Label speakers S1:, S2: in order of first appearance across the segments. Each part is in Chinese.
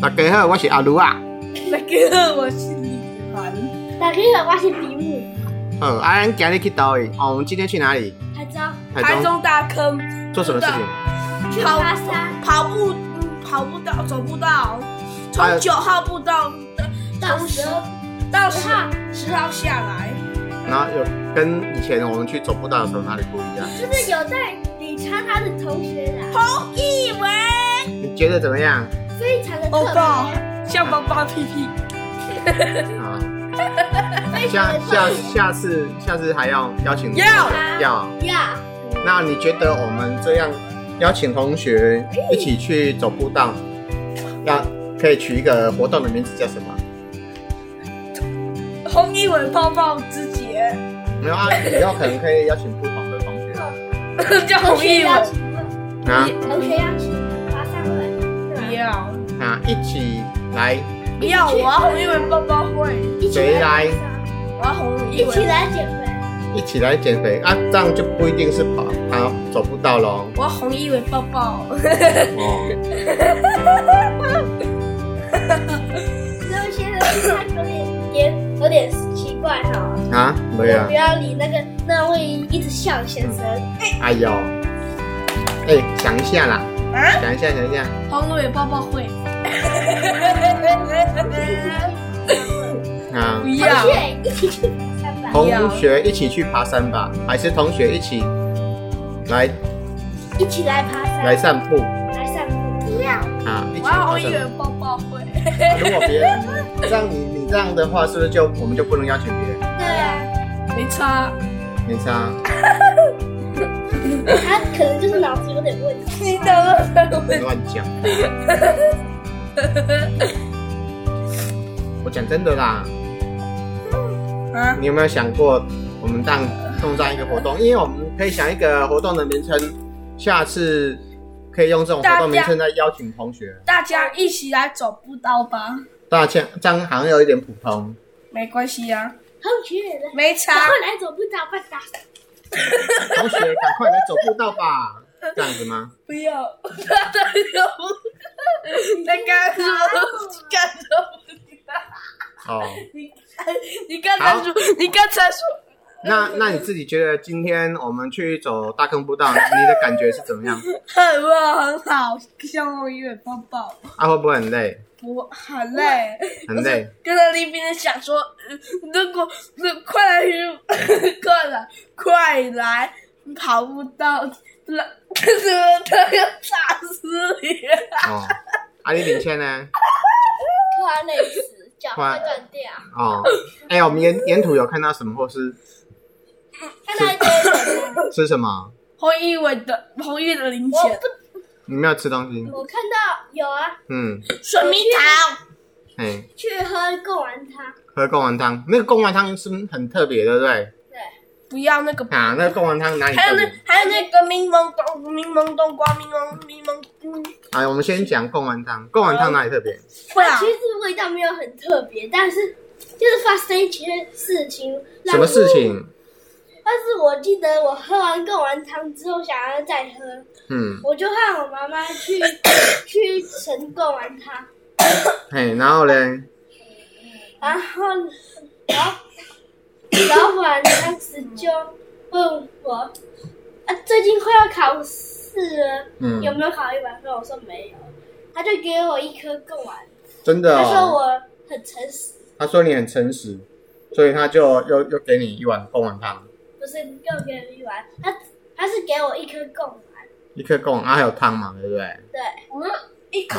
S1: 大家好，我是阿卢啊。
S2: 大家好，我是李子凡。
S3: 大家好，我是比目。
S1: 好，啊，咱今日去倒位？哦，我们今天去哪里？
S3: 台中
S2: 台中大坑
S1: 做什么事情？
S3: 去爬山，
S2: 跑步，嗯，跑步道，走步道，
S1: 哎
S2: 从九号步道呃
S3: 到
S2: 从
S3: 十
S2: 十
S3: 二
S2: 到
S3: 十
S2: 十
S3: 号
S2: 十号下来，
S1: 然后有跟以前我们去走步道的时候哪里不一样？
S3: 就是有在理查他的同学啦，
S2: 同意为
S1: 你觉得怎么样？
S3: 非常的
S2: 欧巴
S3: 特
S2: 哦像包包屁屁，
S1: 啊，
S3: 别，非常
S1: 下
S3: 的特
S1: 下下次下次还要邀请
S2: 要
S3: 别。
S1: 要。
S3: 呀，
S1: 那你觉得我们这样邀请同学一起去走步道，要可以取一个活动的名字叫什么？
S2: 同意为泡泡之节，
S1: 没有啊，以后可能可以邀请不同的同学
S2: 叫
S3: 同
S2: 同
S3: 学
S2: 意
S3: 要
S2: 为
S3: 请问，
S1: 啊
S3: 同学要请问爬山
S2: 不
S3: 会，
S2: 要
S1: 啊一起来，
S2: 不要，我要红一为包包会，
S3: 一起
S1: 谁来
S3: 爬山
S2: 我要红一
S3: 一起
S2: 为，
S3: 来减肥，
S1: 一起来减肥啊，这样就不一定是跑啊走步道喽。
S2: 我要红一为包包，
S1: 哦，
S3: 然后现在他有点也有点奇怪哈，
S1: 啊，没有
S3: 我不，要理那个那位一直笑的先生，
S1: 哎呦，哎，想一下啦，
S2: 啊
S1: 想一下，想一下，
S2: 红一为包包会，
S1: 啊
S2: 不，
S3: 同
S2: 要。
S3: 学一起去爬
S1: 同学一起去爬山
S3: 山吧，
S1: 吧，还是同学一起来
S3: 一起来爬山，
S1: 来散步
S3: 来散步，不要。
S1: 啊？一起
S2: 我要
S1: 爬
S2: 红一
S1: 山。
S2: 为包包会，
S1: 如果别人让你你这样的话，是不是就我们就不能邀请别人？
S3: 对啊，
S2: 没差。
S1: 没差啊，
S3: 他可能就是脑子有点问题。
S2: 你懂了，
S1: 乱讲。我讲真的啦，
S2: 啊，
S1: 你有没有想过我们这样弄这样一个活动？因为我们可以想一个活动的名称，下次可以用这种活动名称来邀请同学。
S2: 大家一起来走步道吧，
S1: 大家这样好像有一点普通，
S2: 没关系啊，
S3: 同学的，
S2: 没差。
S3: 后来走不着，快打死
S1: 同学赶快来走步道吧，这样子吗？
S2: 不要，他的有， 他刚说干什么？
S1: 哦，
S2: 你你刚才说，你刚才说，
S1: 那那你自己觉得今天我们去走大坑步道，你的感觉是怎么样？
S2: 很棒，很好，像我一抱抱，
S1: 啊，会不会很累？
S2: 我很累，
S1: 很累。
S2: 跟他那边想说，呃如果如快来，快来，快来，跑不到，了，他要炸死你！
S1: 哦，啊，你领先呢？
S3: 快累死，脚会断掉。
S1: 哦，哎、我们沿沿途有看到什么，或是
S3: 看到一堆人啊，
S1: 吃什么？
S2: 红一伟的红玉的零
S3: 我
S2: 钱，
S3: 不，
S1: 你没有吃东西？
S3: 我看到有啊，
S1: 嗯，
S2: 水蜜桃，
S1: 哎、
S3: 去喝贡丸汤，
S1: 喝贡丸汤，那个贡丸汤是很特别，对不对？
S3: 对，
S2: 不要那个，
S1: 啊，那个贡丸汤哪里
S2: 还
S1: 特
S2: 有那
S1: 别？
S2: 还有那个柠檬冬柠檬冬瓜柠檬柠檬，嗯，
S1: 哎，我们先讲贡丸汤，贡丸汤哪里特别？
S2: 会啊
S3: 其，实味道没有很特别，但是就是发生一些事情。
S1: 什么事？情？
S3: 但是我记得我喝完贡丸汤之后，想要再喝，
S1: 嗯，
S3: 我就和我妈妈去 去盛贡丸汤。
S1: 嘿，然后嘞，
S3: 然后，然后老板当时就问我，啊，最近快要考试了，
S1: 嗯
S3: 有没有考一百分？我说没有，他就给我一颗贡丸，
S1: 真的
S3: 他说
S1: 哦，
S3: 我很诚实，
S1: 他说你很诚实，所以他就又又给你一碗贡丸汤，
S3: 不是又给我一碗，他他是给我一颗贡丸，
S1: 一颗贡丸，啊，还有汤嘛，对不对？
S3: 对，
S2: 嗯，一颗，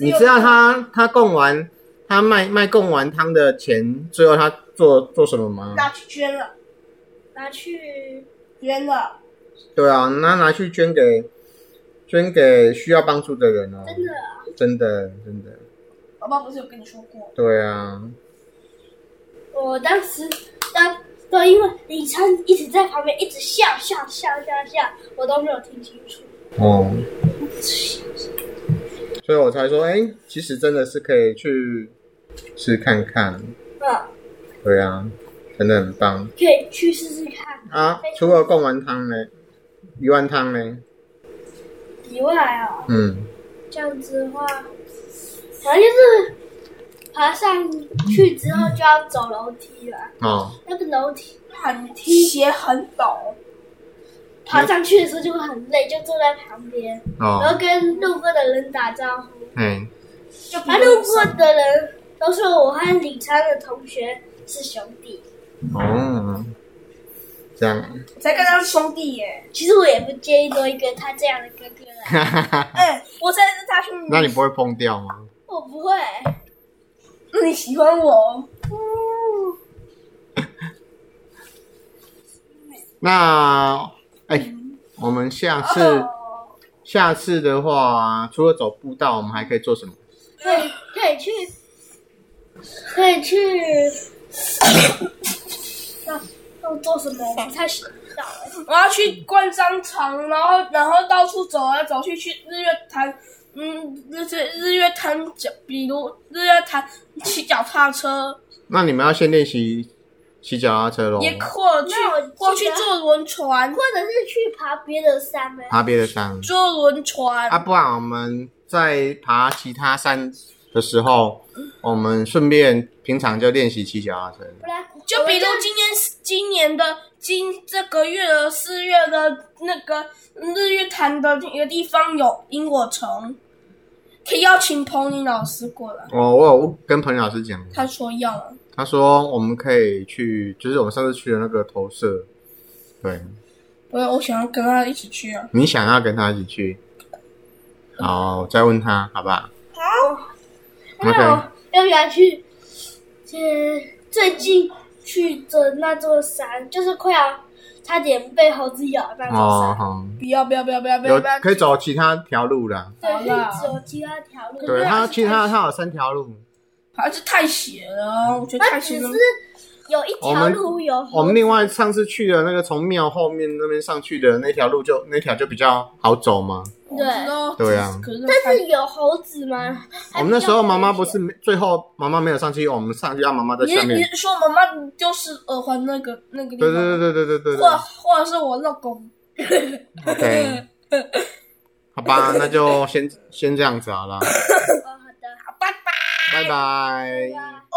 S1: 你知道他他贡丸，他卖卖贡丸汤的钱，最后他做做什么吗？
S2: 拿去捐了，
S3: 拿去
S2: 捐了，
S1: 对啊，那拿去捐给捐给需要帮助的人哦。
S3: 真的
S1: 真的真的，
S2: 爸爸不是有跟你说过，
S1: 对啊，
S3: 我当时当对，因为李昌一直在旁边一直笑笑笑笑笑，我都没有听清楚。
S1: 哦，所以我才说，哎、其实真的是可以去试看看，
S3: 嗯，
S1: 对啊，真的很棒
S3: 可以去试试看。
S1: 啊。除了贡丸汤呢，鱼丸汤呢，
S3: 以外哦，
S1: 嗯，
S3: 这样子的话，还反正就是爬上去之后就要走楼梯了，
S1: 哦，
S3: 那个楼梯
S2: 很踢鞋很陡，
S3: 爬上去的时候就会很累，就坐在旁边，然
S1: 哦，
S3: 后跟路过的人打招呼。
S1: 哎，
S2: 就不
S3: 啊，路过的人都说我和李昌的同学是兄弟，
S1: 哦，这样，
S2: 才跟他兄弟耶。
S3: 其实我也不介意多一个他这样的哥哥 啦，
S1: 哈哈哈哈
S2: 哎，我才是他兄弟。
S1: 那你不会碰掉吗？
S3: 我不会。
S2: 那你喜欢我？
S1: 那，哎，我们下次
S2: 哦
S1: 下次的话，除了走步道，我们还可以做什么？
S3: 可以可以去，可以去。那那我做什么？我不太想到哎、
S2: 我要去逛商场，然后然后到处走来走去，去日月潭，嗯，那些日月潭脚，比如日月潭骑脚踏车，
S1: 那你们要先练习骑脚踏车喽，
S2: 也或去
S3: 那我啊记得
S2: 或去坐轮船，
S3: 或者是去爬别的山呗、
S1: 爬别的山
S2: 坐轮船
S1: 啊，不然我们在爬其他山的时候，我们顺便平常就练习骑脚踏车。
S3: 不然
S2: 就比如
S3: 我们
S2: 今年今年的今这个月的四月的那个日月潭的一个地方有萤火虫，可以邀请彭林老师过来，
S1: 哦，我有跟彭老师讲，
S2: 他说要了。
S1: 他说我们可以去，就是我们上次去的那个投射，对
S2: 我我想要跟他一起去啊！
S1: 你想要跟他一起去，好，再问他好不好？
S3: 那我要不要去？去最近去的那座山，就是快要差点被猴子咬那座
S1: 哦，
S3: 山。
S1: 好，
S2: 不要不要不要不要不要
S1: 有
S2: 不要！
S1: 可以走其他条路啦。
S3: 对，
S2: 好啦
S3: 去走其他条路。
S1: 对他，其他他有三条路，
S2: 还是太邪了，我觉得
S3: 那
S2: 太
S3: 只
S2: 邪
S3: 是
S2: 了。
S3: 有一
S1: 我
S3: 条
S1: 们
S3: 路有猴
S1: 我们
S3: 子
S1: 另外上次去的那个从庙后面那边上去的那条路就那条就比较好走嘛。
S2: 我知道
S1: 对对啊
S2: 可是
S3: 但是有猴子吗？
S1: 我们那时候妈妈不是没最后妈妈没有上去，我们上去让妈妈在
S2: 你
S1: 下
S2: 是你
S1: 面。
S2: 是说妈妈就是耳环那个那个地
S1: 对对
S2: 方，
S1: 对对对对对
S2: 或或者是我老公，
S1: 对。OK。好吧，那就先先这样子好了，
S3: 哦，好的，
S2: 拜拜。
S1: 拜拜。
S3: 好吧。